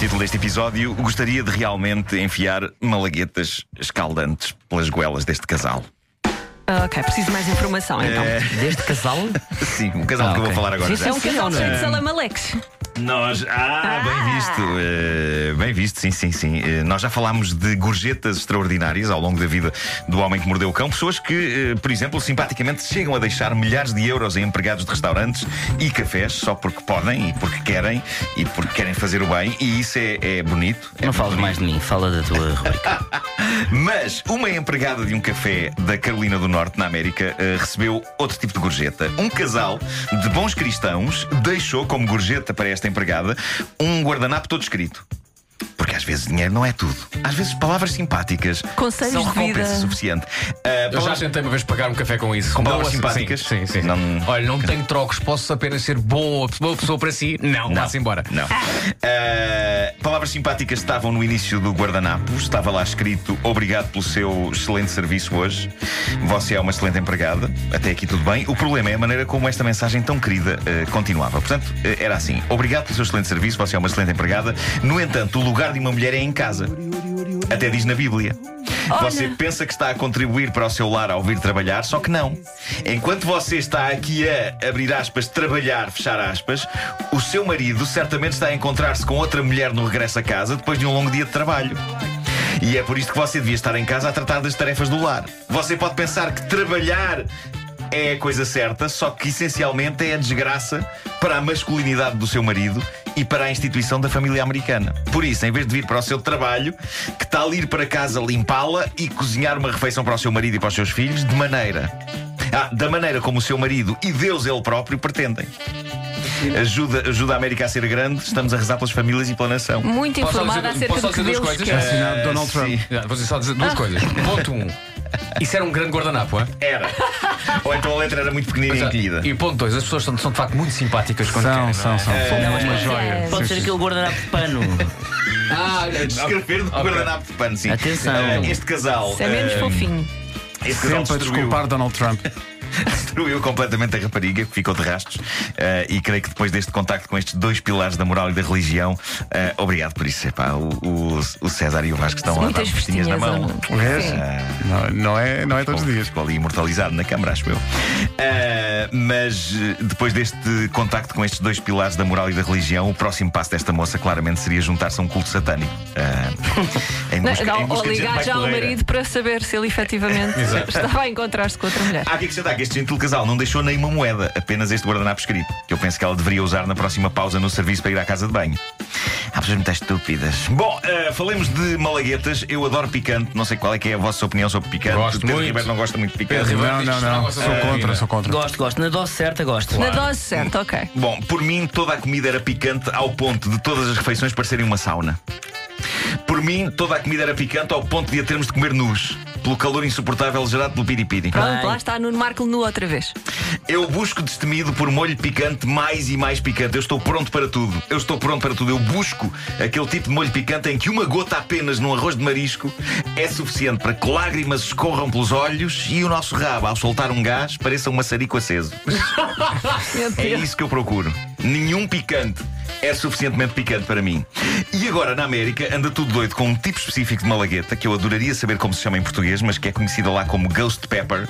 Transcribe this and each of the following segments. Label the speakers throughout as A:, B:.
A: título deste episódio, gostaria de realmente enfiar malaguetas escaldantes pelas goelas deste casal.
B: Ah, ok, preciso de mais informação então.
C: Deste casal?
A: Sim, o casal
C: Ah,
A: que eu vou
C: ok.
A: falar É. agora.
C: Sim,
A: já.
B: É um
C: Sim,
B: casal
C: não é?
B: cheio de salamalex.
A: Nós. Ah, bem visto. eh, bem visto, sim, sim, sim. Eh, nós já falámos de gorjetas extraordinárias ao longo da vida do homem que mordeu o cão. Pessoas que, eh, por exemplo, simpaticamente chegam a deixar milhares de euros em empregados de restaurantes e cafés só porque podem e porque querem e porque querem fazer o bem. E isso é, é bonito. é
C: Não fales mais de mim, fala da tua rubrica.
A: Mas uma empregada de um café da Carolina do Norte, na América, eh, recebeu outro tipo de gorjeta. Um casal de bons cristãos deixou como gorjeta para esta empregada um guardanapo todo escrito. Porque às vezes dinheiro não é tudo. Às vezes palavras simpáticas
B: Conselhos
A: são
B: de vida.
A: recompensa suficiente. Ah,
D: Eu já
A: palavras-
D: tentei uma vez pagar um café com isso.
A: Com palavras
D: assim-
A: simpáticas?
D: Sim, sim. sim.
A: Não-
D: Olha, não tenho trocos, posso apenas ser bom, boa pessoa para si? Não,
A: Não.
D: vá-se embora.
A: Não. Ah, palavras simpáticas estavam no início do guardanapo. Estava lá escrito: Obrigado pelo seu excelente serviço hoje. Você é uma excelente empregada. Até aqui tudo bem. O problema é a maneira como esta mensagem tão querida ah, continuava. Portanto, eh, era assim: Obrigado pelo seu excelente serviço. Você é uma excelente empregada. No entanto, o lugar de uma mulher é em casa. Até diz na Bíblia. Você pensa que está a contribuir para o seu lar ao vir trabalhar, só que não. Enquanto você está aqui a abrir aspas, trabalhar, fechar aspas, o seu marido certamente está a encontrar-se com outra mulher no regresso a casa depois de um longo dia de trabalho. E é por isto que você devia estar em casa a tratar das tarefas do lar. Você pode pensar que trabalhar é a coisa certa, só que essencialmente é a desgraça para a masculinidade do seu marido e para a instituição da família americana. Por isso, em vez de vir para o seu trabalho, que tal ir para casa limpá-la e cozinhar uma refeição para o seu marido e para os seus filhos de maneira. Ah, da maneira como o seu marido e Deus ele próprio pretendem. Ajuda, ajuda a América a ser grande, estamos a rezar pelas famílias e pela nação.
B: Muito
D: Posso só
B: informada
D: dizer-
B: acerca
D: posso só
B: do que
D: dizer
B: Deus
D: duas coisas?
B: quer.
D: Assinado
A: Ah,
D: Donald
A: sim.
D: Trump. Ah, Vou dizer só dizer duas coisas. Ponto 1. Um, isso era um grande guardanapo, é?
A: Era. Ou então a letra era muito pequenina e encolhida.
D: ah, E ponto 2. As pessoas são, são de facto muito simpáticas quando
E: São,
D: querem. é?
E: são, são.
B: Uma joia.
C: Pode ser aquele guardanapo de pano.
D: Ah,
A: Escrever no guardanapo de pano, sim.
C: Atenção.
A: Ah, este casal.
B: É menos
A: ah,
B: fofinho.
A: Este casal
E: Sempre a
A: destruiu,
E: desculpar Donald Trump.
A: destruiu completamente a rapariga, que ficou de rastos. ah, e creio que depois deste contacto com estes dois pilares da moral e da religião, ah, obrigado por isso. Epá, o, o, o César e o Vasco estão a dar
B: Muitas
A: festinhas
B: festinhas.
A: na
B: ou
A: mão. É.
B: não?
E: Vês?
B: Sim.
E: Não, não é, não é todos os dias.
A: Ficou ali imortalizado na câmara, acho eu. Ah, mas eh, depois deste contacto com estes dois pilares da moral e da religião, o próximo passo desta moça claramente seria juntar-se a um culto satânico. Ah, em
B: Não,
A: busca-
B: dá-
A: em busca
B: ou
A: de gente
B: ligar
A: mais
B: já ao
A: porreira.
B: marido para saber se ele efetivamente estava a encontrar-se com outra mulher.
A: Há que acrescentar que este gentil casal não deixou nem uma moeda, apenas este guardanapo escrito, que eu penso que ela deveria usar na próxima pausa no serviço para ir à casa de banho. Há pessoas muito estúpidas. Bom, eh, falemos de malaguetas. Eu adoro picante, não sei qual é que é a vossa opinião sobre picante.
D: Gosto
A: Pedro
D: muito.
A: Ribeiro não gosta muito de picante.
D: Pedro Ribeiro.
E: Não, não, Eh, não. Sou contra, sou contra.
C: Gosto, gosto. Na dose certa, gosto.
B: Na dose certa, ok.
A: Bom, por mim toda a comida era picante ao ponto de todas as refeições parecerem uma sauna. Por mim, toda a comida era picante ao ponto de a termos de comer nus, pelo calor insuportável gerado pelo piripiri.
B: Pronto, lá está Nuno Marco nu outra vez.
A: Eu busco destemido por molho picante mais e mais picante. Eu estou pronto para tudo. Eu estou pronto para tudo. Eu busco aquele tipo de molho picante em que uma gota apenas num arroz de marisco é suficiente para que lágrimas escorram pelos olhos e o nosso rabo, ao soltar um gás, pareça um maçarico aceso.
B: Meu
A: É
B: Deus.
A: isso que eu procuro. Nenhum picante é suficientemente picante para mim. E agora, na América, anda tudo doido com um tipo específico de malagueta que eu adoraria saber como se chama em português, mas que é conhecida lá como Ghost Pepper,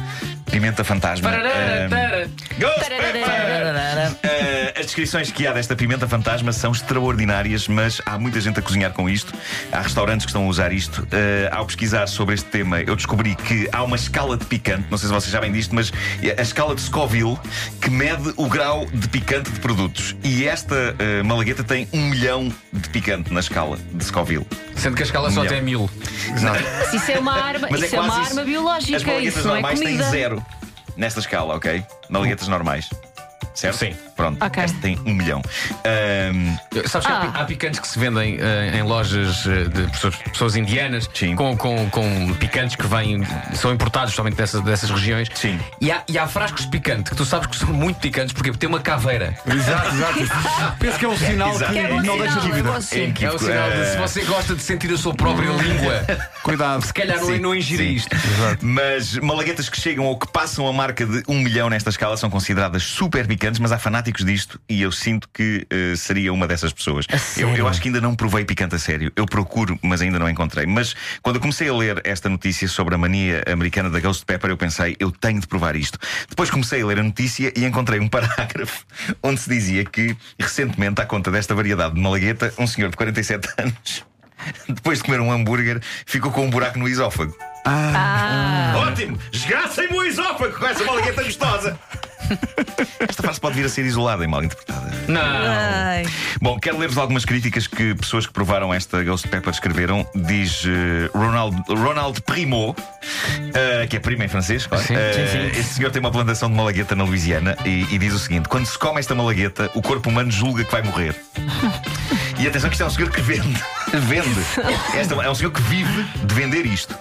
A: pimenta fantasma.
E: É, hum.
A: Ahm, Ghost Pepper! Eh, as descrições que há desta pimenta fantasma são extraordinárias, mas há muita gente a cozinhar com isto. Há restaurantes que estão a usar isto. Eh, ao pesquisar sobre este tema, eu descobri que há uma escala de picante, não sei se vocês sabem disto, mas a escala de Scoville que mede o grau de picante de produtos. E esta eh, malagueta tem um milhão de picante na escala de Scoville.
D: Sendo que a escala
E: Um
D: só
A: Melhor.
D: tem mil.
A: Não,
B: Isso é uma arma,
A: mas
B: isso é
A: quase
B: uma
A: isso.
B: arma
A: As
B: biológica,
A: malaguetas
B: isso não é
A: normais têm
B: comida.
A: zero nesta escala, ok? Malaguetas normais. Certo?
D: Sim.
A: Pronto.
B: Ok.
A: Esta tem um milhão. Ahm,
D: Sabes que há
B: Ah.
D: pi- há picantes que se vendem eh, em lojas eh, de pessoas, pessoas indianas
A: Sim.
D: com, com, com picantes que vêm, são importados somente dessas, dessas regiões.
A: Sim.
D: E há, e há frascos de picante que tu sabes que são muito picantes porque tem uma caveira.
E: Exato, exato. Penso que é um sinal
A: Exato.
E: que
A: É
B: bom
E: não
B: sinal,
E: deixa
B: é bom
E: dúvida.
B: sinal.
A: É
D: É o
A: equívoco.
D: sinal
A: Eh,
D: de se você gosta de sentir a sua própria língua,
E: Cuidado.
D: se calhar não- é
A: Sim,
D: não ingerir
A: sim.
D: isto.
A: Mas malaguetas que chegam ou que passam a marca de um milhão nesta escala são consideradas super picantes, mas há fanáticos fanáticos disto e eu sinto que eh, seria uma dessas pessoas. Eu,
C: sério?
A: eu acho que ainda não provei picante a sério. Eu procuro, mas ainda não encontrei. Mas quando eu comecei a ler esta notícia sobre a mania americana da Ghost Pepper, eu pensei, eu tenho de provar isto. Depois comecei a ler a notícia e encontrei um parágrafo onde se dizia que, recentemente, à conta desta variedade de malagueta, um senhor de 47 anos. Depois de comer um hambúrguer, ficou com um buraco no esófago.
B: Ah,
A: Ótimo! Esgassem-me o esófago com essa malagueta gostosa! Esta frase pode vir a ser isolada e mal interpretada.
D: Não.
B: Ai.
A: Bom, quero ler-vos algumas críticas que pessoas que provaram esta Ghost Pepper escreveram. Diz eh, Ronald, Ronald Primo, eh, que é primo em francês, claro.
D: Sim,
A: Eh,
C: sim, sim.
A: Este senhor tem uma plantação de malagueta na Louisiana e, e diz o seguinte: quando se come esta malagueta, o corpo humano julga que vai morrer. E atenção que isto é um senhor que vende. Vende. Esta é um senhor que vive de vender isto.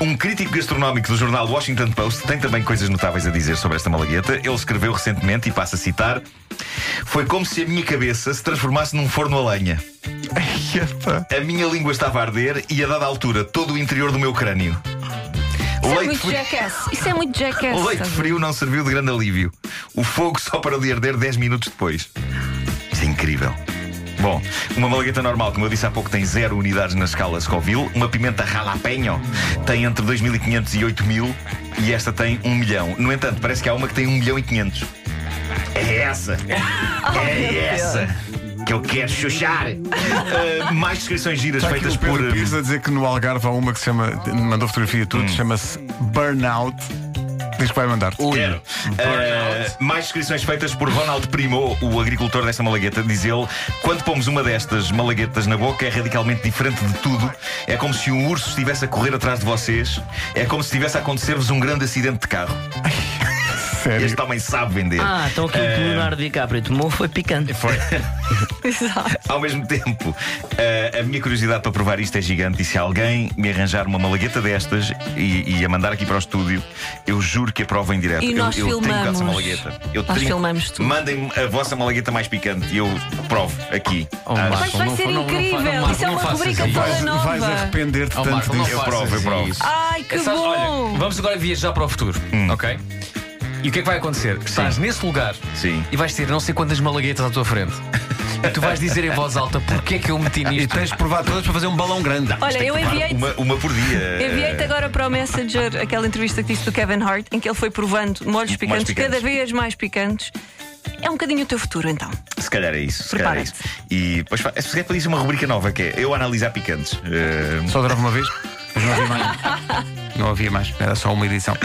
A: Um crítico gastronómico do jornal Washington Post tem também coisas notáveis a dizer sobre esta malagueta. Ele escreveu recentemente, e passa a citar: Foi como se a minha cabeça se transformasse num forno a lenha. A minha língua estava a arder e, a dada altura, todo o interior do meu crânio.
B: Isso é
A: Leite
B: muito
A: fri-
B: jackass. Isso é muito
A: o
B: jackass.
A: leite
B: sabe?
A: frio não serviu de grande alívio. O fogo só para lhe arder 10 minutos depois. Isto é incrível. Bom, uma malagueta normal, como eu disse há pouco, tem zero unidades na escala Scoville. Uma pimenta jalapeno tem entre 2.500 e 8.000 e esta tem 1 milhão. No entanto, parece que há uma que tem 1 milhão e 500. É essa! É essa! Que eu quero chuchar! Ah, mais descrições giras
E: Está aqui
A: feitas
E: o
A: por. eh,
E: Pedro Pires a dizer que no Algarve há uma que se chama, mandou fotografia e tudo, chama-se Burnout. Diz que vai mandar. -te.
A: Quero. Eh, mais descrições feitas por Ronald Primo, o agricultor desta malagueta, diz ele: quando pomos uma destas malaguetas na boca é radicalmente diferente de tudo. É como se um urso estivesse a correr atrás de vocês. É como se estivesse a acontecer-vos um grande acidente de carro.
E: Sério.
A: Este homem sabe vender.
C: Ah, então aqui o que o Leonardo DiCaprio tomou foi picante.
B: Exato.
A: Ao mesmo tempo, eh, a minha curiosidade para provar isto é gigante. E se alguém me arranjar uma malagueta destas e, e a mandar aqui para o estúdio, eu juro que a prova em direto.
B: E
A: eu,
B: nós
A: eu Tenho cá essa
B: filmamos.
A: malagueta. Eu
B: Nós filmamos tudo.
A: Mandem-me a vossa malagueta mais picante e eu provo aqui.
D: Oh,
A: Ah,
D: Marco,
B: Mas vai
D: não
B: ser
D: fa- não- não fa-
B: incrível.
D: não, Marco,
B: Isso é
D: não
B: uma
D: faças
B: rubrica
D: isso.
B: toda
E: Vais,
B: nova.
E: vais arrepender-te
D: Oh,
E: tanto
D: Marco, não
E: disso.
A: Eu provo, eu
D: faças
A: provo.
D: isso.
B: Ai, que
D: Sabes,
B: bom!
D: É olha, vamos agora viajar para o futuro, ok? E o que é que vai acontecer? Estás nesse lugar
A: Sim.
D: e vais ter não sei quantas malaguetas à tua frente. E tu vais dizer em voz alta porque é que eu meti
E: E
D: nisto.
E: tens de provar todas para fazer um balão grande.
B: Olha, eu enviei-te
A: Uma, uma por dia.
D: É.
B: enviei-te agora para o Messenger aquela entrevista que disse do Kevin Hart, em que ele foi provando molhos picantes,
A: picantes.
B: cada vez mais picantes. É um bocadinho o teu futuro, então.
A: Se calhar é isso. Se calhar é isso. E depois fa- se calhar podia ser uma rubrica nova que é eu analisar picantes. Eh,
E: Só durava uma vez? Mas não havia mais. Não havia mais, era só uma edição.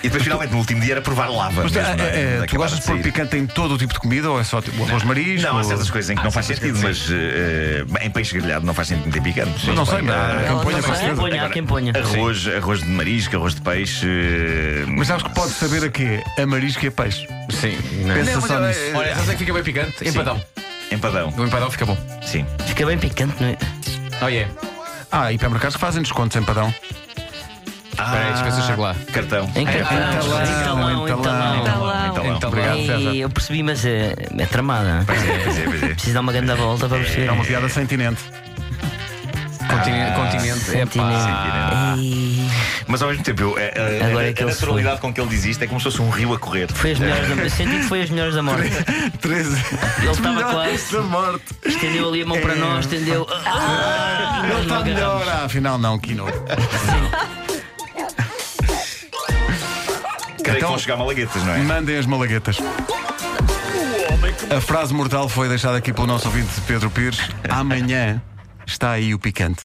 A: e depois finalmente no último dia era provar lava.
E: Mas tu,
A: mesmo, não é?
E: é, é, tu
A: Acabava
E: gostas de pôr
A: sair.
E: picante em todo o tipo de comida ou é só tipo, o arroz marisco?
A: Não, há
E: ou-
A: certas coisas em que não faz sentido, mas eh, em peixe grelhado não faz sentido ter picante.
E: Não sei, mas
A: Agora,
E: há quem
C: Não,
E: ponha
C: não
E: com
C: sei.
E: certeza.
C: Ponha, há quem ponha.
A: Arroz, arroz de marisco, arroz de peixe. eh,
E: Mas sabes que pode saber a quê? A marisco e a peixe.
D: Sim, não é?
E: Pensa só nisso.
D: Olha, sabes é que fica bem picante? Empadão.
A: Empadão,
D: O empadão fica bom.
A: sim.
C: Fica bem picante, não é?
D: Oh yeah.
E: Ah, e hipermercados que fazem descontos em padrão.
D: Espera aí, deixa eu ver se eu chego lá.
A: Cartão.
C: Em
E: em
C: talão, então em
E: talão,
C: talão,
E: em
C: em talão.
B: Talão.
A: Então,
D: Então,
E: Obrigado, César.
C: Ei, Eu percebi, mas é, é tramada.
A: Pois é, pois é, pois é.
C: Preciso dar uma grande volta para perceber.
E: É uma piada sentinente.
D: Continente, continente. É pá.
A: Ah.
C: Ei,
A: Mas ao mesmo tempo, eu, eh, eh,
C: Agora
A: a,
C: é que
A: a
C: ele se
A: naturalidade com que ele diz isto é como se fosse um rio a correr.
C: Foi as melhores da... eu Senti que foi as melhores da morte.
E: 13.
C: Ele estava quase.
E: Da morte.
C: Estendeu ali a mão para nós, estendeu. Ah,
E: Ele
C: nós não
E: está
C: agarramos.
E: melhor. Ah, afinal, não, Kino.
A: Creio que
E: Então-
A: vão chegar malaguetas, não é?
E: Mandem as malaguetas. A frase mortal foi deixada aqui pelo nosso ouvinte Pedro Pires. Amanhã está aí o picante.